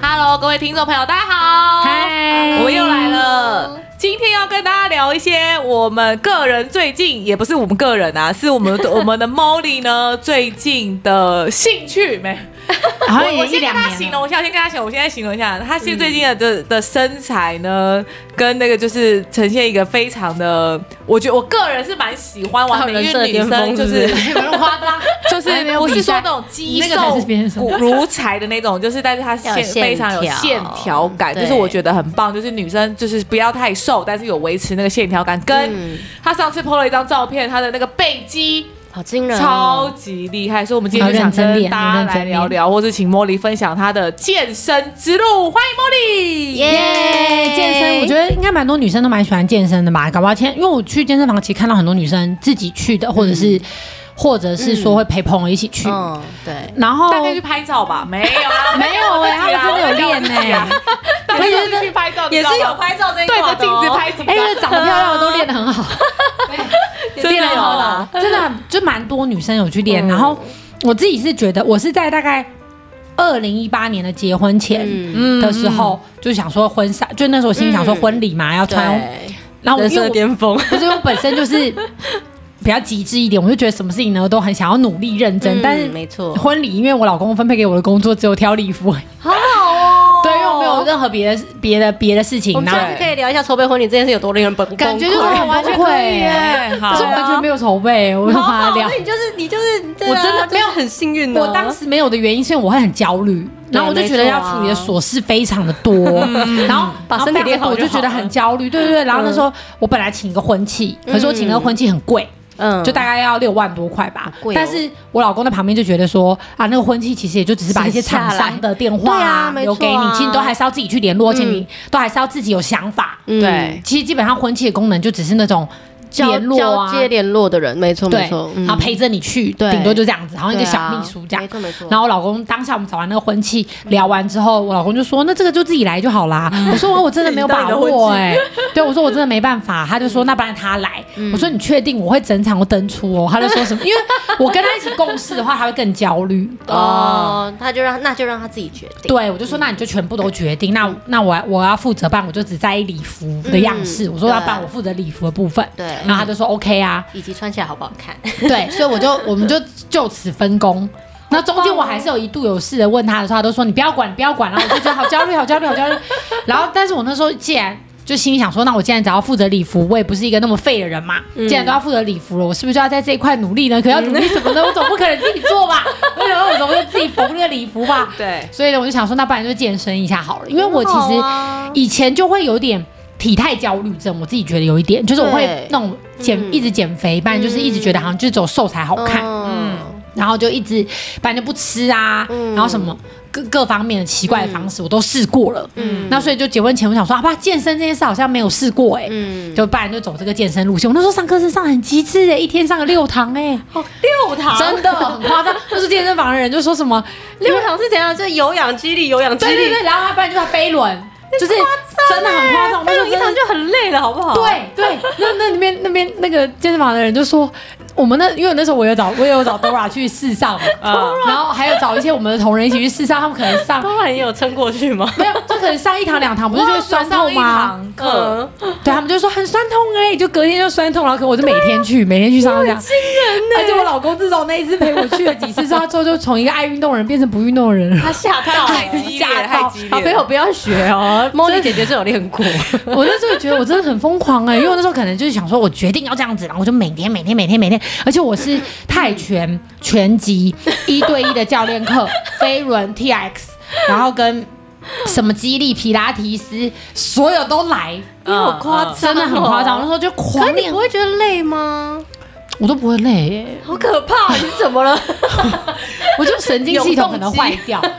Hello，各位听众朋友，大家好，嗨我又来了。今天要跟大家聊一些我们个人最近，也不是我们个人啊，是我们我们的 Molly 呢最近的兴趣没？好像我我也一先跟两他年形了。嗯容一下，先跟他形容，我现在形容一下，他现最近的的的身材呢，跟那个就是呈现一个非常的，我觉得我个人是蛮喜欢完美，到人因设为女巅生峰就是是不 夸张，就是还没有不比是说赛那种肌那个才是瘦边瘦骨如柴的那种，就是但是它要有线线非常有条线条感，就是对我觉得很棒，就是女生就是不要太瘦，但是有维持那个线条感。跟嗯她上次 PO 了一张照片，她的那个背肌。好惊人、超哦！级厉害，所以我们今天就想跟大家来聊聊，或是请茉莉分享她的健身之路。欢迎茉莉！耶健身，我觉得应该蛮多女生都蛮喜欢健身的吧。搞不好天，因为我去健身房，其实看到很多女生自己去的，或者是、或者是说会陪朋友一起去。嗯，对，然后大概去拍照吧，没有啊，没有哎、他们真的有练呢、大概就是去拍照，也是你知道有吗拍照这一对着块镜子拍 几哎、张，长得漂亮的都练得很好，真的有啦啊。真的就蛮多女生有去练。然后我自己是觉得，我是在大概二零一八年的结婚前。嗯嗯，的时候就想说婚纱，就那时候心里想说婚礼嘛、要穿，对，然后我人因为生我巅峰，可是我本身就是比较极致一点，我就觉得什么事情呢都很想要努力认真，嗯但是没错婚礼因为我老公分配给我的工作只有挑礼服，好好哦。对，因为我没有任何别的别的别的事情我，们然下后次可以聊一下筹备婚礼这件事有多令人崩感觉崩就溃是我完全可以耶耶，好就，是完全没有筹备，我就好把好它聊那。你就是你就是，对啊我真的没有就是很幸运的。我当时没有的原因是因为我会很焦虑，然后我就觉得要处理的琐事非常的多， 然后嗯把身体练好然后非常多我就觉得很焦虑，对对对。然后那时候我本来请一个婚庆，可是我请那个婚庆很贵，嗯就大概要六万多块吧。贵哦但是我老公在旁边就觉得说啊，那个婚期其实也就只是把一些厂商的电话省下来对啊留给没错你，啊其实你都还是要自己去联络，而且你都还是要自己有想法。嗯对其实基本上婚期的功能就只是那种交联络啊交。接联络的人，没错对没错，，嗯然后陪着你去，对顶多就这样子，然后一个对啊小秘书这样没。错没错。然后我老公当下我们找完那个婚期聊完之后，我老公就说：“那这个就自己来就好啦。嗯我说：“我我真的没有把握哎、对，我说我真的没办法。他就说：“那不然他来。嗯我说：“你确定我会整场都登出哦？”他就说什么？因为我跟他一起共事的话，他会更焦虑。哦，他就让那就让他自己决定。对，我就说那你就全部都决定，那那我我要负责办，我就只在意礼服的样式。嗯我说要对办我负责礼服的部分，对然后他就说 OK 啊，以及穿起来好不好看？ 对，所以我就我们就就此分工。那中间我还是有一度有试着问他的时候，他都说你不要管，你不要管，然后我就觉得好焦虑，好焦虑，好焦虑。然后，但是我那时候既然就心里想说，那我既然只要负责礼服，我也不是一个那么废的人嘛，既然都要负责礼服了，我是不是就要在这一块努力呢？可要努力什么呢？我总不可能自己做吧？我想说，我总不能自己缝那个礼服吧？对，所以呢，我就想说，那不然就健身一下好了，因为我其很实好啊以前就会有点体态焦虑症，我自己觉得有一点，就是我会对那种减、嗯一直减肥，不然就是一直觉得好像就是走瘦才好看，嗯，然后就一直不然就不吃啊，嗯然后什么各各方面的奇怪的方式我都试过了，嗯嗯，那所以就结婚前我想说，啊，爸健身这件事好像没有试过哎、嗯就不然就走这个健身路线。我那时候上课是上很极致哎、一天上个六堂哎、六堂 真的很夸张。就是健身房的人就说什么六堂是怎样？就是有氧肌力，有氧肌对对力对，，然后要不然就是飞轮，就是欸真的很夸张。我那那时候种一真堂的就很累了，好不好？对对，那那那边那边那个健身房的人就说，我们那因为那时候我有找我也有找 Dora 去试上 嘛，哦然后还有找一些我们的同仁一起去试上，他们可 能上当然也有撑过去嘛。没有，就可能上一堂两堂不是就会酸痛一吗？堂课，嗯，对他们就说很酸痛哎、就隔天就酸痛，然后可我就每天去、每天去上这样。啊惊人欸而且我老公自从那一次陪我去了几次之后，他之后就从一个爱运动的人变成不运动的人了。 他吓到太了。激烈吓了，到太激小朋烈友了。不要学哦，茉莉姐姐这种练过。 我那时候觉得我真的很疯狂哎、因为我那时候可能就是想说，我决定要这样子，然后我就每天每天每天每天，而且我是泰拳、拳击、一对一的教练课、飞轮、TX，然后跟什么肌力、皮拉提斯，所有都来，嗯好夸张哦真的很夸张。我那时候就狂可你练不，会觉得累吗？我都不会累、欸，好可怕！你怎么了？我就神经系统可能坏掉，因因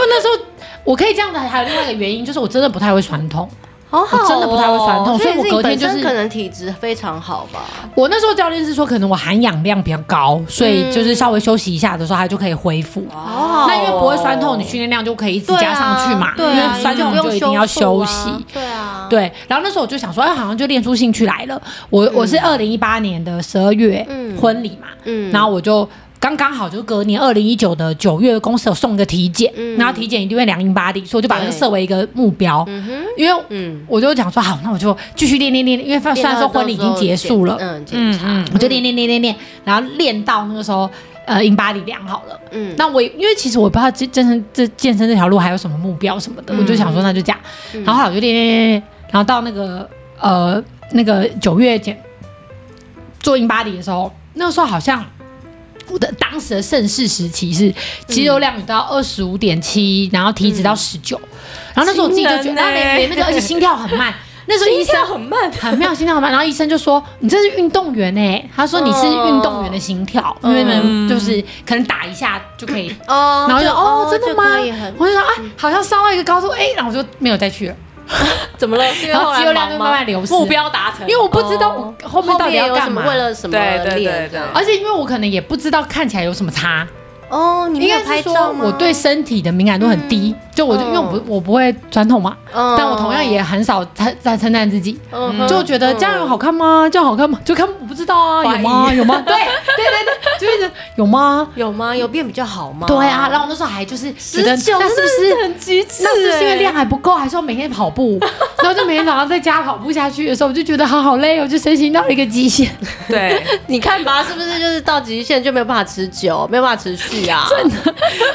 为那时候我可以这样的，还有另外一个原因就是我真的不太会传统。 好好、哦，我真的不太会酸痛所以我隔天就所以是是你本身可能体质非常好吧。我那时候教练是说，可能我含氧量比较高，所以就是稍微休息一下的时候，它就可以恢复。哦那因为不会酸痛，你训练量就可以一直加上去嘛。对啊因为酸痛你就一定要啊休息。对啊，对，然后那时候我就想说，哎，好像就练出兴趣来了。我、我是二零一八年的十二月嗯婚礼嘛，嗯然后我就刚刚好就隔年二零一九的九月，公司有送一个体检，嗯然后体检一定会量 in body，所以我就把它对设为一个目标，嗯哼，因为嗯，我就讲说好，那我就继续练练练，因为虽然说婚礼已经结束了，嗯，检查，嗯我就练练练练练，然后练到那个时候，呃，英巴里量好了。嗯，那我因为其实我不知道健健身这健身这条路还有什么目标什么的，我就想说那就这样，嗯然后后来我就练练练练练，然后到那个呃那个九月检做英巴里的时候，那个时候好像。我的当时的盛世时期是肌肉量有到二十五点七，然后体脂到十九、然后那时候我自己就觉得，嗯惊人欸然后连连那个，而且心跳很慢。那时候医生很慢，很妙心跳很慢， 然后医生就说你这是运动员哎、他说你是运动员的心跳，嗯因为呢就是可能打一下就可以。哦然后就就哦，真的吗就可以很？我就说啊，好像上到一个高度，哎，然后我就没有再去了，怎么了？是因为然后后来肌肉量就忙慢吗慢流失。目，标达成，因为我不知道我后面到底要哦有什干么嘛，哎为了什么对对对练对的而且因为我可能也不知道看起来有什么差，哦，你没应有该拍是照说吗？我对身体的敏感度很低，就我就因为我不我不会传统嘛，嗯，但我同样也很少称在称赞自己，嗯嗯哼就觉得这样有好看吗？这样好看吗？就看我不知道啊，有吗？有 吗？对对对对，就一直有吗？有吗？有变比较好吗？对啊，然后我那时候还就是觉十得九那是不是？很极致欸？那是不是因为量还不够，还是我每天跑步？ 然后就每天早上在家跑步下去的时候，我就觉得好好累哦，我就身心到了一个极 限。对，你看吧，是不是就是到极限就没有办法持久，没有办法持续 啊？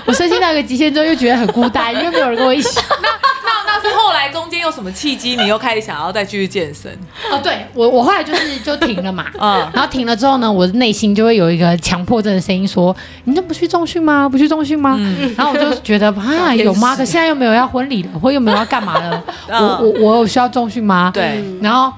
我身心到一个极限之后，又觉得很孤单，因为没有人跟我一起。那那是后来中间有什么契机，你又开始想要再继续健身？ 哦，对我我后来就是就停了嘛， 嗯然后停了之后呢，我内心就会有一个强迫症的声音说：“你怎么不去重训吗？不去重训吗？”然后我就觉得啊，有吗？可现在又没有要婚礼了，或又没有要干 嘛了，我嗯我我有需要重训吗？对，然后。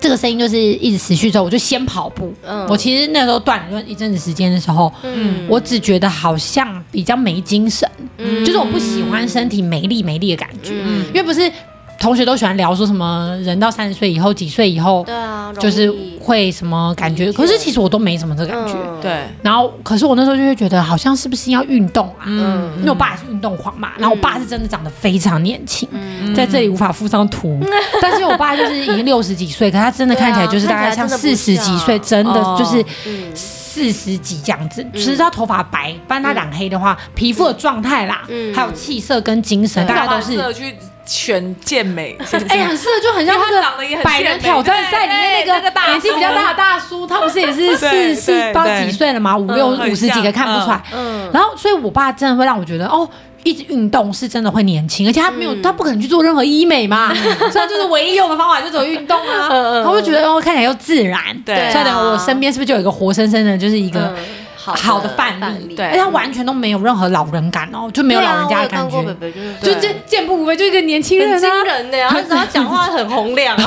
这个声音就是一直持续之后，我就先跑步。嗯我其实那时候断了一阵子时间的时候，嗯我只觉得好像比较没精神，就是我不喜欢身体没力没力的感觉，嗯因为不是同学都喜欢聊说什么人到三十岁以后几岁以后对啊，就是容易会什么感觉，理解可是其实我都没什么这感觉。嗯对，然后，可是我那时候就会觉得，好像是不是要运动啊？嗯因为我爸也是运动狂嘛，然后我爸是真的长得非常年轻，嗯在这里无法附上图， 但是我爸就是已经六十几岁，可他真的看起来就是大概 像对啊看起来四真十的不像几岁，真的哦就是嗯四十几这样子，只是他头发白，不然他染黑的话，皮肤的状态啦，嗯啊还有气色跟精神，大大概家都是适合去选健美，是不是哎、很适合，就很像因为他那长得也个 很百健人美挑战对赛里面对那个大年纪比较大的大叔，他不是也是四对四对到对几岁了嘛，五嗯六很五十几像个看不出来。嗯然后，所以我爸真的会让我觉得，哦，一直运动是真的会年轻，而且他没有，他不可能去做任何医美嘛， 所以就是唯一用的方法就走运动啊。然后我就觉得，哦，看起来又自然。对所以等于我身边是不是就有一个活生生的，就是一个嗯好好的范例？哎例，对而且他完全都没有任何老人感哦，就没有老人家的对感啊我有看过觉北，北就是就对这健步如飞，就一个年轻人很啊惊。人呢、然 后只要讲话很洪 亮，对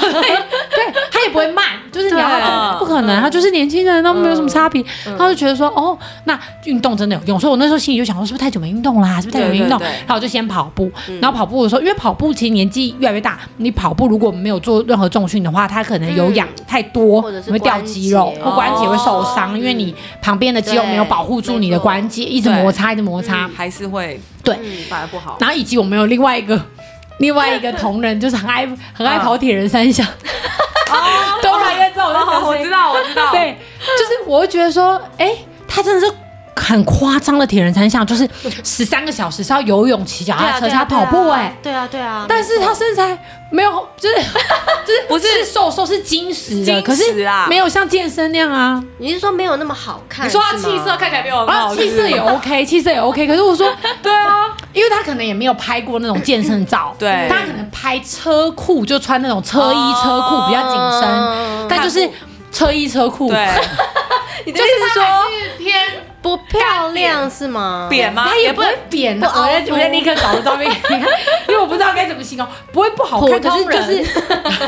他也不会慢，就是你要对他不可能，他就是年轻人，他没有什么差别，他就觉得说哦，那运动真的有用，所以我那时候心里就想说，是不是太久没运动啦？是不是太久没运动？对对对然后我就先跑步，然后跑步的时候，因为跑步其实年纪越来越大，你跑步如果没有做任何重训的话，它可能有氧太多，或者是你会掉肌肉关，节或关节会受伤，哦因为你旁边的肌肉没有保护住你的关节，一直对摩擦，一直摩擦，还是会对。嗯反而不好。然后以及我们有另外一个另外一个同仁，就是很爱很爱跑铁人三项， 都来越知道我在讲哦，谁我知道，我知道，对，就是我会觉得说，哎、他真的是。很夸张的铁人三项，就是十三个小时是要游泳、骑脚对踏啊车、对加啊跑步、哎、对啊对啊，但是他身材没有，就是就是 不是是瘦瘦是精实精的，实可是啊没有像健身那样啊。你是说没有那么好看？你说他是吗气色看起来没有很然好，啊后气色也有， OK，气色也 OK，可是我说对啊，因为他可能也没有拍过那种健身照，对他可能拍车裤就穿那种车衣哦车裤比较紧身，嗯但就是车衣车裤， 对，你就是说偏不漂亮是吗？扁吗？它也不会会扁不的，凹我在凸我在立刻找个照片给你看，因为我不知道该怎么形容，不会不好看，可是就是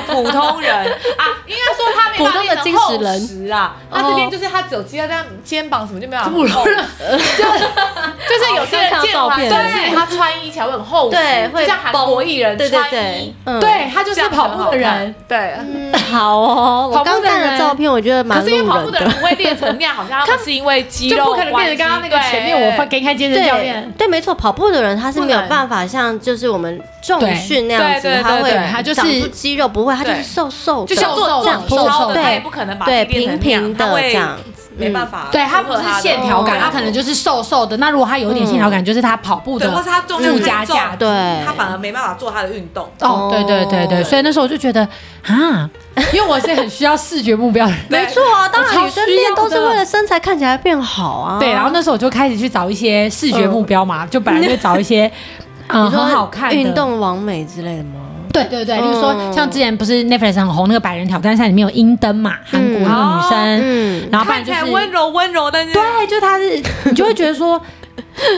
普通人啊，应该说他没普通的金石人石啊，哦他哦啊这边就是他只有肌肉，这样肩膀什么就没有办法普通人 动，就是有些人健照片甚至他穿衣起来会很厚实，对就像会韩绷国艺人 对对穿对衣，，嗯，对他就是这样跑步的人，很好看，对。嗯好哦。我跑步刚的看了人照片，我觉得可蛮是路因为跑步人的人不会练成那样，好像他们是因为肌就肉不可能变成刚刚那个前面我放放给你看健身教对练，对，没错，跑步的人他是不没有能办法像就是我们重对训那样对子对，他对会对他就是长出肌肉，不会，他就对是瘦瘦就的，像做瘦瘦做的体操瘦瘦的，的他也不可能把对自己练平成那样平他的会这样，没办法，嗯对他不是线哦条感，他可能就是瘦瘦的。那如果他有一点线条感，就是他跑步对，的或是他重量附太加重价，值。对他反而没办法做他的运动。哦，对对对对，所以那时候我就觉得啊，因为我是很需要视觉目标的人。没错啊，当然嗯超女生需要练都是的为了身材看起来变好啊。对，然后那时候我就开始去找一些视觉目标嘛，就本来就找一些嗯你说很好看的运。动完美之类的吗？对对对，例如说嗯像之前不是 Netflix 很红那个百人挑战赛里面有英登嘛，韩国那个女生，嗯，然后不然看起就来是温柔温柔，但是对，就她是你就会觉得说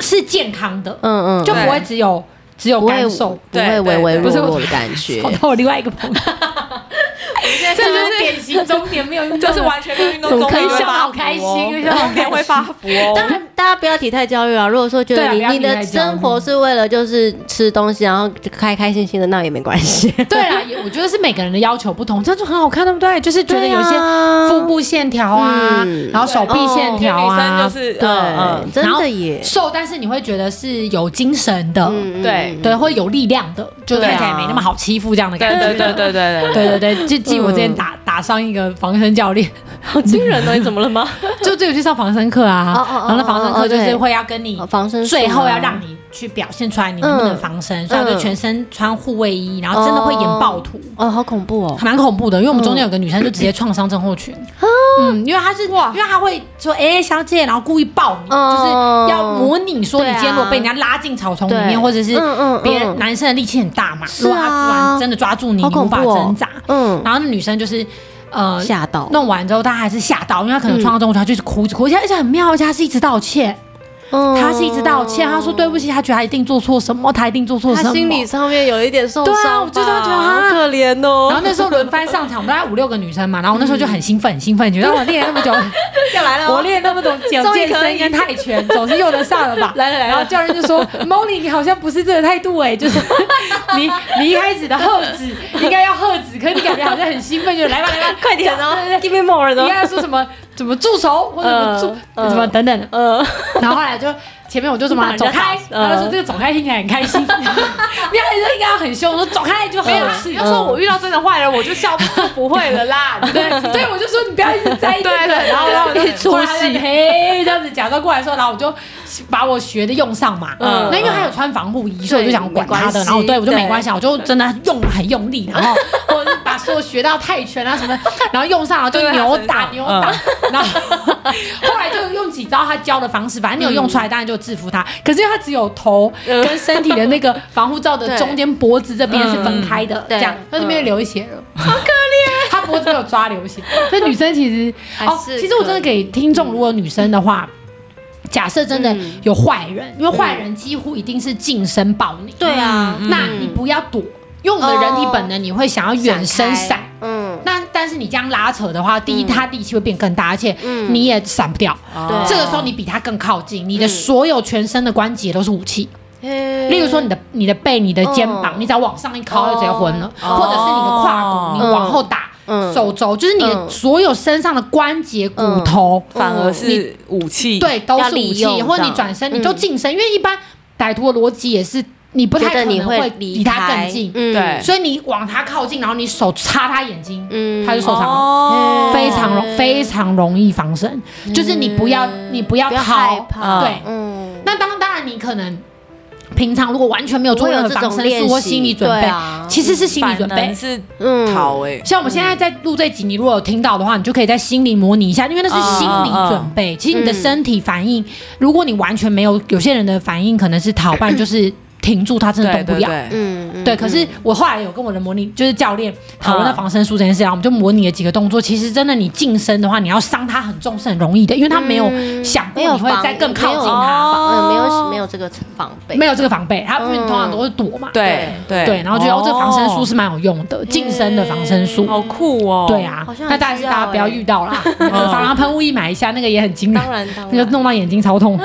是健康的，嗯嗯，就不会只有只有不会干瘦。不会对唯对唯对弱不是我弱的感 觉找。到我另外一个朋友，这就是典型中年没有运动，就是完全没有运动，我中可以年会笑得嗯发好福开心，哦，笑得好中年开会心。发福哦。当然，大家不要体态焦虑啊！如果说觉对得啊你、不要你体态的焦虑生活是为了就是吃东西，然后就开开心心的，那也没关系。对啦，也我觉得是每个人的要求不同，这样就很好看，对不对？就是 觉得对有啊些腹部线条啊，嗯然后手臂线条女生啊，就是对，嗯嗯真的耶。瘦，但是你会觉得是有精神的，嗯对，对，会有力量的，就看起来没那么好欺负这样的对感觉。对对对对对，对对对，就记我之前打打伤一个防身教练，好惊人哦！你怎么了吗？就最有去上防身课啊，哦哦哦然后那防身哦课哦就是对会要跟你哦防身术最后啊要让你去表现出来你能不能防身，所以他就全身穿护卫衣，然后真的会演暴徒。哦，好恐怖哦！蛮恐怖的，因为我们中间有个女生就直接创伤症候群，啊嗯，因为她是，因为她会说，哎、小姐，然后故意抱你，嗯就是要模拟说你对啊今天如果被人家拉进草丛里对面，或者是嗯嗯别人嗯男生的力气很大嘛，是如果他突然啊真的抓住你，好你无恐法怖哦挣扎，嗯，然后那女生就是呃吓到，嗯弄完之后，她还是吓到，因为她可能创伤症候群，她就是哭哭，而且而且很妙，而且她是一直道歉，她他是一直道哦歉，她说对不起，她觉得她一定做错什么，她一定做错什么，他心理上面有一点受对伤啊吧，我就这样觉得啊好可怜哦。然后那时候轮番上场，我们大概五六个女生嘛，然后我那时候就很兴奋，很兴奋，嗯觉得我练了那么久， 要来了我哦，练了那么久终于健可身以跟泰拳， 总是用得上了吧？来了来了然后教练就 说：“Molly，你好像不是这个态度哎、就是 你你一开始的喝 止应该要喝止，可你感觉好像很兴奋，就来吧来吧，快点哦，Give me more 你应哦。该说什么怎么住手或者怎么住、嗯嗯什么等等的。”呃，然后后来就前面我就什把么人走家开，打嗯然后说这个走开听起来很开心， 不要你就应该要很凶，我说走开就没没有嗯有啊事你。要说我遇到真的坏人，我就笑 不出不会了啦，对不对？对，我就说你不要一直在意这对个，对然后然后我就一直出戏过来嘿，这样子假装过来说，然后我就把我学的用上嘛。嗯那因为他有穿防护衣，所以我就想管他没关的，系然后对我就没对关系，我就真的用很用力， 然后我就把所有学到泰拳啊什么，然后用上，然后就对扭他打身上扭嗯打， 然后后来就用几招他教的方式，反正你有嗯用出来，当然就制服他。可是因为他只有头跟身体的那个防护罩 的对嗯中间脖子这边是分开的，这对嗯样那那边流血了。他脖子没有抓流血。 所以女生其实还哦，是其实我真的可给听众，如果女生的话，假设真的嗯有坏人，因为坏人几乎一定是近身抱你，对啊，那你不要躲，因为我们的人体哦本能，你会想要远闪身开闪。嗯，那但是你这样拉扯的话，第一，他力气会变更大，而且嗯你也闪不掉。哦对嗯这个时候你比他更靠近，你的所有全身的关节都是武器。例例如说你的你的背、你的肩膀，嗯你只要往上一靠就直接昏了，哦或者是你的胯骨，你往后打，嗯手肘就是你的嗯所有身上的关节、骨头，反而是武器，对，都是武利器，用或者你这样嗯转身你就近身，因为一般歹徒的逻辑也是你不太觉可得你能会离离他更近，嗯对所以你往他靠近，然后你手插他眼睛，嗯他就受伤了。哦非常容非常容易防身，就是你不要你不要嗯不要逃害，怕对，嗯，那当当然，你可能平常如果完全没有做我有任何这防种身练术或习心理准对备，啊其实是心理反准备能。是嗯逃哎，像我们现在在录这集，你如果有听到的话，你就可以在心里模拟一下，因为那是心理准备。其实你的嗯身体反应，如果你完全没有，有些人的反应可能是 逃，不然就是停住，他真的对动对不了。对，嗯，嗯对，可是我后来有跟我的模拟，就是教练讨论到防身术这件事啊，我们就模拟了几个动作。其实真的，你近身的话，你要伤他很重是很容易的，因为他没有嗯想过没有你会防再更没靠有近他。嗯，没有有没有这个防备，哦没有这个防备，他因为嗯通常都会躲嘛，对对对，然后觉得哦，这个防身术是蛮有用的，近身的防身术，好酷哦，对，啊好，像欸那当然是大家不要遇到 啦。那个防狼喷雾一买一下，那个也很惊人当，然啊当然，那个弄到眼睛超 痛。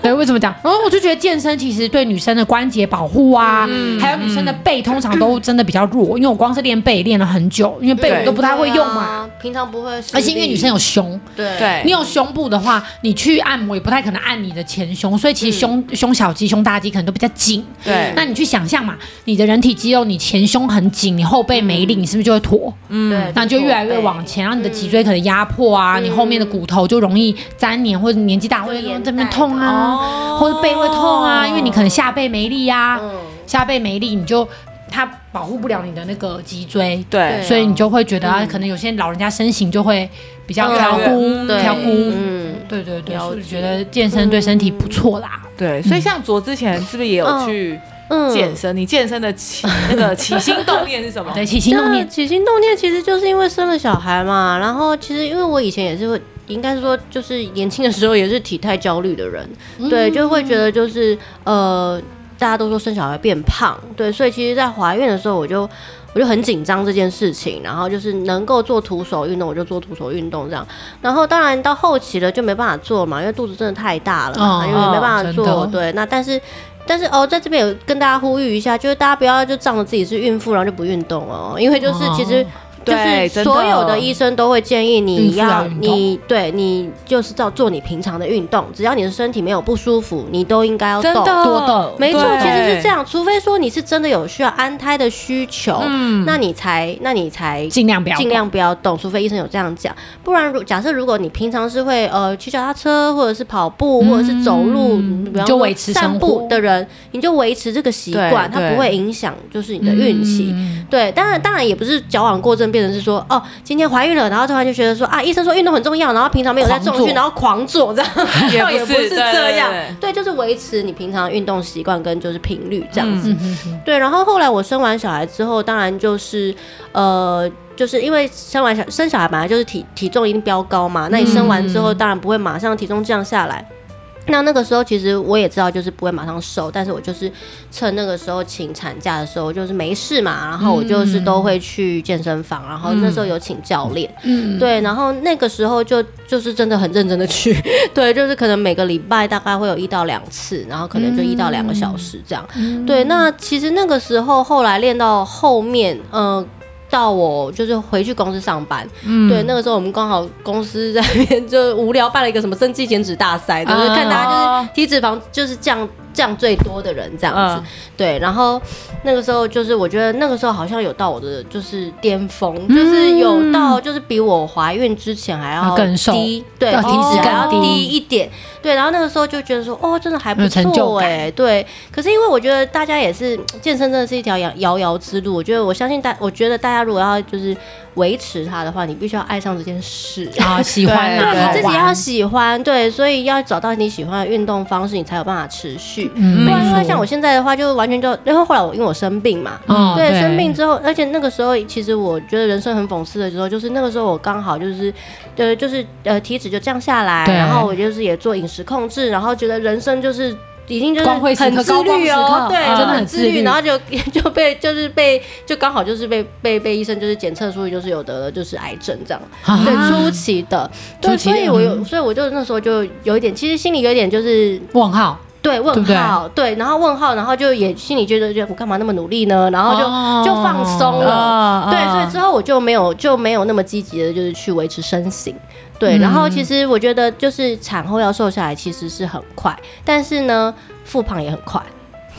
对，为什么讲？然后我就觉得健身其实对女生的关节保护啊，嗯嗯还有女生的背通常都真的比较弱，因为我光是练背练了很久，因为背我都不太会用嘛。对啊，平常不会使力，而且因为女生有胸，对对你有胸部的话，你去按摩也不太可能按你的前胸，所以其实胸、胸小肌、胸大肌可能都比较紧。嗯嗯对那你去想象嘛，你的人体肌肉，你前胸很紧，你后背没力，嗯你是不是就会驼？对，嗯嗯那你就越来越往前，然后你的脊椎可能压迫啊，你后面的骨头就容易粘连，或者年纪大会连带这边痛啊，哦或者背会痛啊，因为你可能下背没力呀、嗯下背没力你就它保护不了你的那个脊椎，对所以你就会觉得啊，可能有些老人家身形就会比较嗯挑嗯估对挑估，嗯，对对对，了所以解我觉得健身对身体不错啦。对，所以像卓之前是不是也有去嗯健身？你健身的起 那个起心动念是什 么？对，起心动真的念，啊起心动念其实就是因为生了小孩嘛，然后其实因为我以前也是会，应该是说就是年轻的时候也是体态焦虑的人，嗯对，就会觉得就是呃，大家都说生小孩变胖，对，所以其实，在怀孕的时候我就。我就很紧张这件事情，然后就是能够做徒手运动，我就做徒手运动这样。然后当然到后期了就没办法做嘛，因为肚子真的太大了嘛，哦因为没办法真做。的对，那但是但是哦，在这边有跟大家呼吁一下，就是大家不要就仗着自己是孕妇，然后就不运动哦，因为就是哦其实。就对是真的所有的医生都会建议孕你妇要要运动你对你就是照做你平常的运动，只要你的身体没有不舒服，你都应该要真动。的多动没错，对其实是这样，除非说你是真的有需要安胎的需求，嗯那你才那你才尽量不要尽量不要动，除非医生有这样讲。不然如假设如果你平常是会呃骑脚踏车或者是跑步或者是走路，比方嗯就说维持生散活步的人，你就维持这个习惯，对它对不会影响就是你的孕期。嗯对，当然当然也不是矫枉过正，变成是说哦今天怀孕了，然后突然就觉得说啊医生说运动很重要，然后平常没有在重狂训，做然后狂做 这样，也倒也不不是是对这样对。对，就是维持你平常的运动习惯跟就是频率这样子。嗯，对，然后后来我生完小孩之后，当然就是呃，就是因为生完小生小孩本来就是体体重一定飙高嘛，那你生完之后，当然不会马上体重降下来。那那个时候其实我也知道，就是不会马上瘦，但是我就是趁那个时候请产假的时候，就是没事嘛，然后我就是都会去健身房，然后那时候有请教练，嗯，对，然后那个时候就就是真的很认真的去， 对，就是可能每个礼拜大概会有一到两次，然后可能就一到两个小时这样。嗯对，那其实那个时候后来练到后面，呃。到我就是回去公司上班，嗯对，那个时候我们刚好公司在那边就无聊办了一个什么增肌减脂大赛，就是啊看大家就是体脂肪就是降降最多的人这样子，嗯对，然后那个时候就是我觉得那个时候好像有到我的就是巅峰，就是有到就是比我怀孕之前还要啊更瘦低，对，哦要体脂还要更低低一点，对，然后那个时候就觉得说哦，真的还不有成就错感哎、对。可是因为我觉得大家也是健身，真的是一条遥遥遥之路。我觉得我相信大，我觉得大家如果要就是维持它的话，你必须要爱上这件事。 啊，喜欢对啊对对好玩你自己要喜欢，对，所以要找到你喜欢的运动方式，你才有办法持续。嗯不然因没为错像我现在的话，就完全就，然后后来我因为我生病嘛，哦对，生病之后，而且那个时候其实我觉得人生很讽刺的时候，就是那个时候我刚好就是，呃，就是呃体脂就降下来，对然后我就是也做饮食控制，然后觉得人生就是。已经就是光辉时很刻自高光律时哦刻，对，嗯真的很自自律然后就就被就是被就刚好就是被被被医生就是检测出就是有得了就是癌症这样，啊对，初期的，对，初期所嗯的以我有，所以我就那时候就有一点，其实心里有一点就是问号，对对问不对号，对，然后问号，然后就也心里觉得，就我干嘛那么努力呢？然后就、哦就放松了。啊对，所以之后我就没有就没有那么积极的，就是去维持身形。对，嗯然后其实我觉得就是产后要瘦下来其实是很快，但是呢，复胖也很快。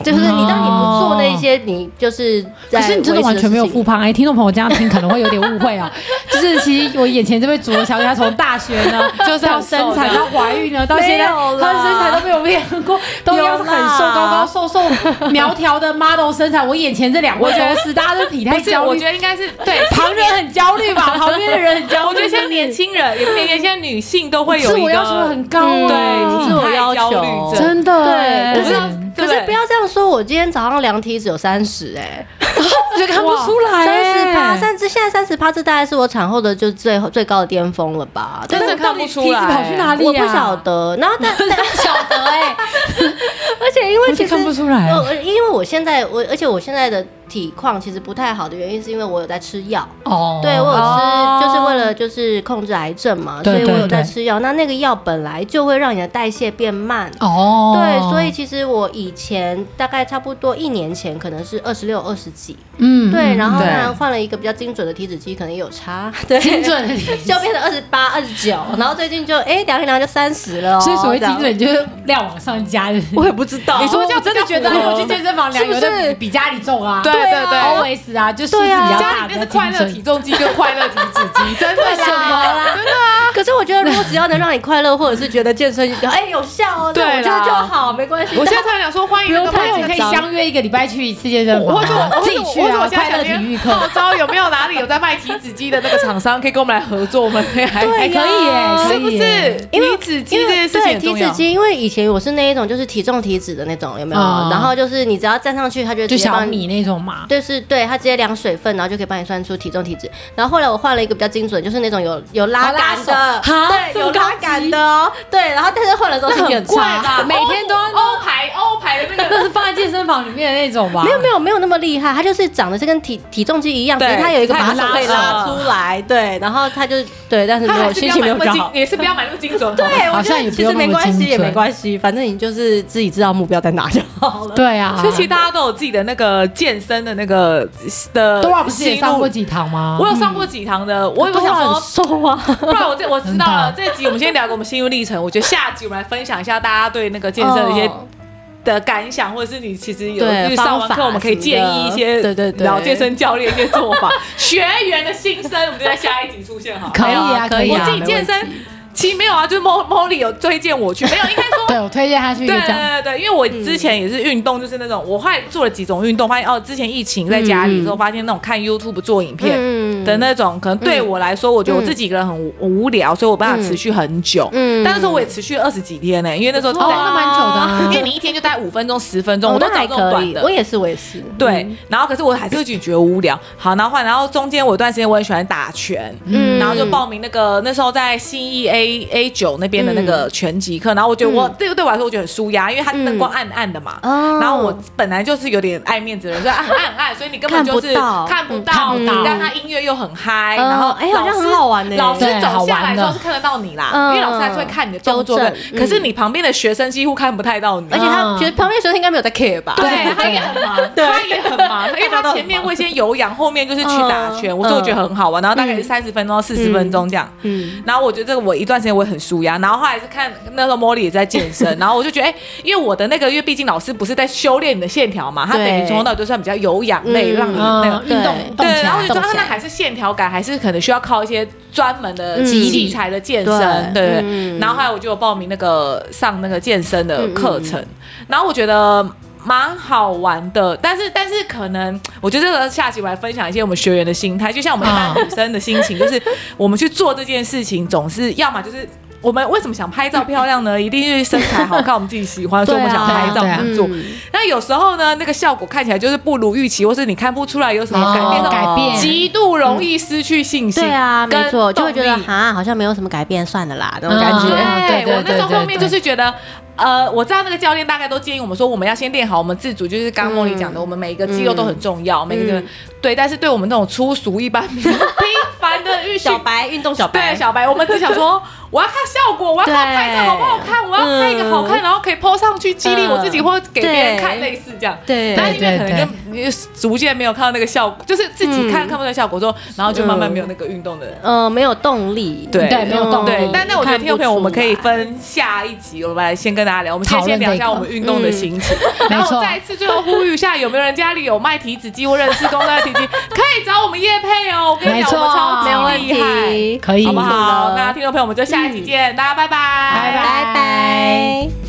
就是你当你不做那些，你就是在可是你真维的持完全没有事情复胖哎、听众朋友这样听可能会有点误会哦。就是其实我眼前这位主播小姐，她从大学呢就是到生产，到怀孕呢，到现在没有她啦的身材都没有变过，都一样是很瘦、有啦高高瘦瘦、苗条的 model 身材。我眼前这两位都是，大家都体态不是，焦我虑觉，得应该是对。 旁人很焦虑吧，旁边的人很焦我虑。觉得现在年轻 人，也不年现在女性都会有自一我个嗯要求很高啊，对，自我要焦求虑症，真的对，哎我不知道可对是不要这样说，我今天早上量体脂有三十哎，就看不出来三哎十趴，三十现在三十趴，这大概是我产后的就最后最高的巅峰了吧？真的那到看底不出梯子来跑去哪里啊？ 我不晓得，然后但不晓得哎、 出来呃，因为我现在我，而且我现在的体况其实不太好的原因，是因为我有在吃药。哦，对我有吃，哦就是为了就是控制癌症嘛，所对以我对有在对吃药。那那个药本来就会让你的代谢变慢。哦，对，所以其实我以前大概差不多一年前，可能是二十六、二十几，嗯对，然后对当然换了一个比较精准的体脂机，可能也有差， 对，精准的体就变成二十八、二十九，然后最近就哎量一量就三十了、哦，所以所谓这样精准就是量往上加，就是我也不知道，你说这样真的觉得符合我去健身房量是不有是的比家里重啊？对对对，always 啊，就数字比对啊较家大，里比面较是快乐精体准。重机跟快乐体脂机，真的什么啦。啦？真的啊！ 可是我觉得，如果只要能让你快乐，或者是觉得健身哎有效哦，对啦那我觉得就好，没关系。我现在突然想说，欢迎那个朋朋友友可以找相约一个礼拜去一次健身我房或者我啊，或自者己我去或者啊，我现在快乐想体育听课号召有没有哪里有在卖体脂机的那个厂商可以跟我们来合作？我们可以来哎可以耶，是可不以是耶？因为体脂机因这为件事情对很重体脂要。机，因为以前我是那一种就是体重体脂的那种，有没有？哦然后就是你只要站上去，它就会就直接小帮你米那种嘛？就是对它直接量水分，然后就可以帮你算出体重体脂。然后后来我换了一个比较精准，就是那种有有拉杆的，手哈这对，有么拉高级杆的哦，对。然后但是换了之后心情很差，吧？ 每天都哦要， 欧牌欧牌的那个那是放在健身房里面的那种吧？没有没有没有那么厉害，它就是长得是跟体体重机一样，只对是它有一个把手可以只是它有拉拉出来，对，然然后它就对，但是他没有还是不 心要情买那没有么比较精好，。也是不要买那么精准。对哦对，好我觉像也得不其用实那么没关系精也准没关系，反正你就是自己知道目标在哪就好了。对啊，所以其实大家都有自己的那个呃健身的那个的多少啊不是也心上路过。几堂嗯吗？我有上过几堂的，我有 想说，瘦啊，不然我这我知 道了。真这集我们先聊个我们心路历程，我觉得下集我们来分享一下大家对那个健身哦的一些的感想，或者是你其实有对就是上方完课，法我们可以建议一什么些的对对对老健身教练一些做法。学员的心声，我们就在下一集出现好了。可以啊，可以以我啊自己。健身，其实没有啊，就是 Mo Molly 有推荐我去，没有，应该说。对，我推荐他去一对个对这样。对对，因为我嗯之前也是运动，就是那种我后来做了几种运动，发现哦，之前疫情在家里之后，发现那种看 YouTube 做影片嗯的那种，可能对我来说，我觉得我自己一个人很无无聊，所以我没办法持续很久。嗯但那时候我也持续二十几天呢，因为那时候哦，那蛮久的啊因为你一天就待五分钟、十分钟，哦我都那找还这种可短以，的。我也是我也是，对，然后可是我还是会觉得无聊。好，然后换，然后中间我有段时间我很喜欢打拳，嗯然后就报名那个那时候在新义 A A 九那边的那嗯个拳击课，然后我觉得我、对对我来说我觉得很舒压，因为它灯光暗暗的嘛。哦然后我本来就是有点爱面子的人，所以啊很暗很暗，所以你根本就是看看不到，嗯看不你到让他音乐又很嗨，嗯然后哎好像老师很好玩欸老师对好走下玩的来的时候是看得到你啦，嗯因为老师还是会看你的动作纠正的，可是你旁边的学生几乎看不太到你，而且他嗯觉得旁边的学生应该没有在 care 吧？对，他也很忙，他也很忙，因为他前面会先有氧，后面就是去打拳，嗯我就觉得很好玩，然后大概是三十分钟到四十分钟这样。嗯，然后我觉得这个我一段时间我也很舒压，然后后来是看那时候茉莉也在 健身，然后我就觉得哎、因为我的那个，因为毕竟老师不是在修炼你的线条嘛，他等对于从头到尾就算比较有氧类，嗯让你那个嗯，运动对动对，起然后来，我就动觉得起那来。还是线条感，还是可能需要靠一些专门的嗯器材的健身，对对对。嗯然后后来我就有报名那个上那个健身的课程，然后我觉得。蛮好玩的，但是但是可能，我觉得这个下集我来分享一些我们学员的心态，就像我们一般啊女生的心情，就是我们去做这件事情，总是要么就是我们为什么想拍照漂亮呢？一定是身材好看，我们自己喜欢，所以我们想对啊拍照对啊这样做。嗯那有时候呢，那个效果看起来就是不如预期，或是你看不出来有什么改哦变，那种改变极度容易失去信心。对啊，跟没错，就会觉得动力哈，好像没有什么改变，算了啦，那种嗯感觉。对对对我那时候对后面对就是觉得。呃，我知道那个教练大概都建议我们说，我们要先练好我们自主，就是刚刚莫莉讲的，我们每一个肌肉都很重要，每个、嗯对，但是对我们这种粗俗一般 平凡的日小白运动小白，对小白，我们只想说，我要看效果，我要看拍照好不好看，我要拍一个好看，然后可以 PO 上去激励我自己，嗯或给别人对看，类似这样。对嗯但是因为可能跟你逐渐没有看到那个效果，就是自己看看不到那个效果之后，然后就慢慢没有那个运动的人。呃，没有动力，嗯对对没有动力对，但那我觉得听众朋友，我们可以哦看不出来分下一集，我们来先跟大家聊。我们先讨论先聊一这下个我们运动的心情，然没后错再一次最后呼吁一下，有没有人家里有卖体脂机或认识公司的体脂机，可以找我们叶配哦。我跟你没讲，错我们超级没有问厉害题，可以好不是好？的那听众朋友，我们就下一集见，大家拜拜，拜拜拜。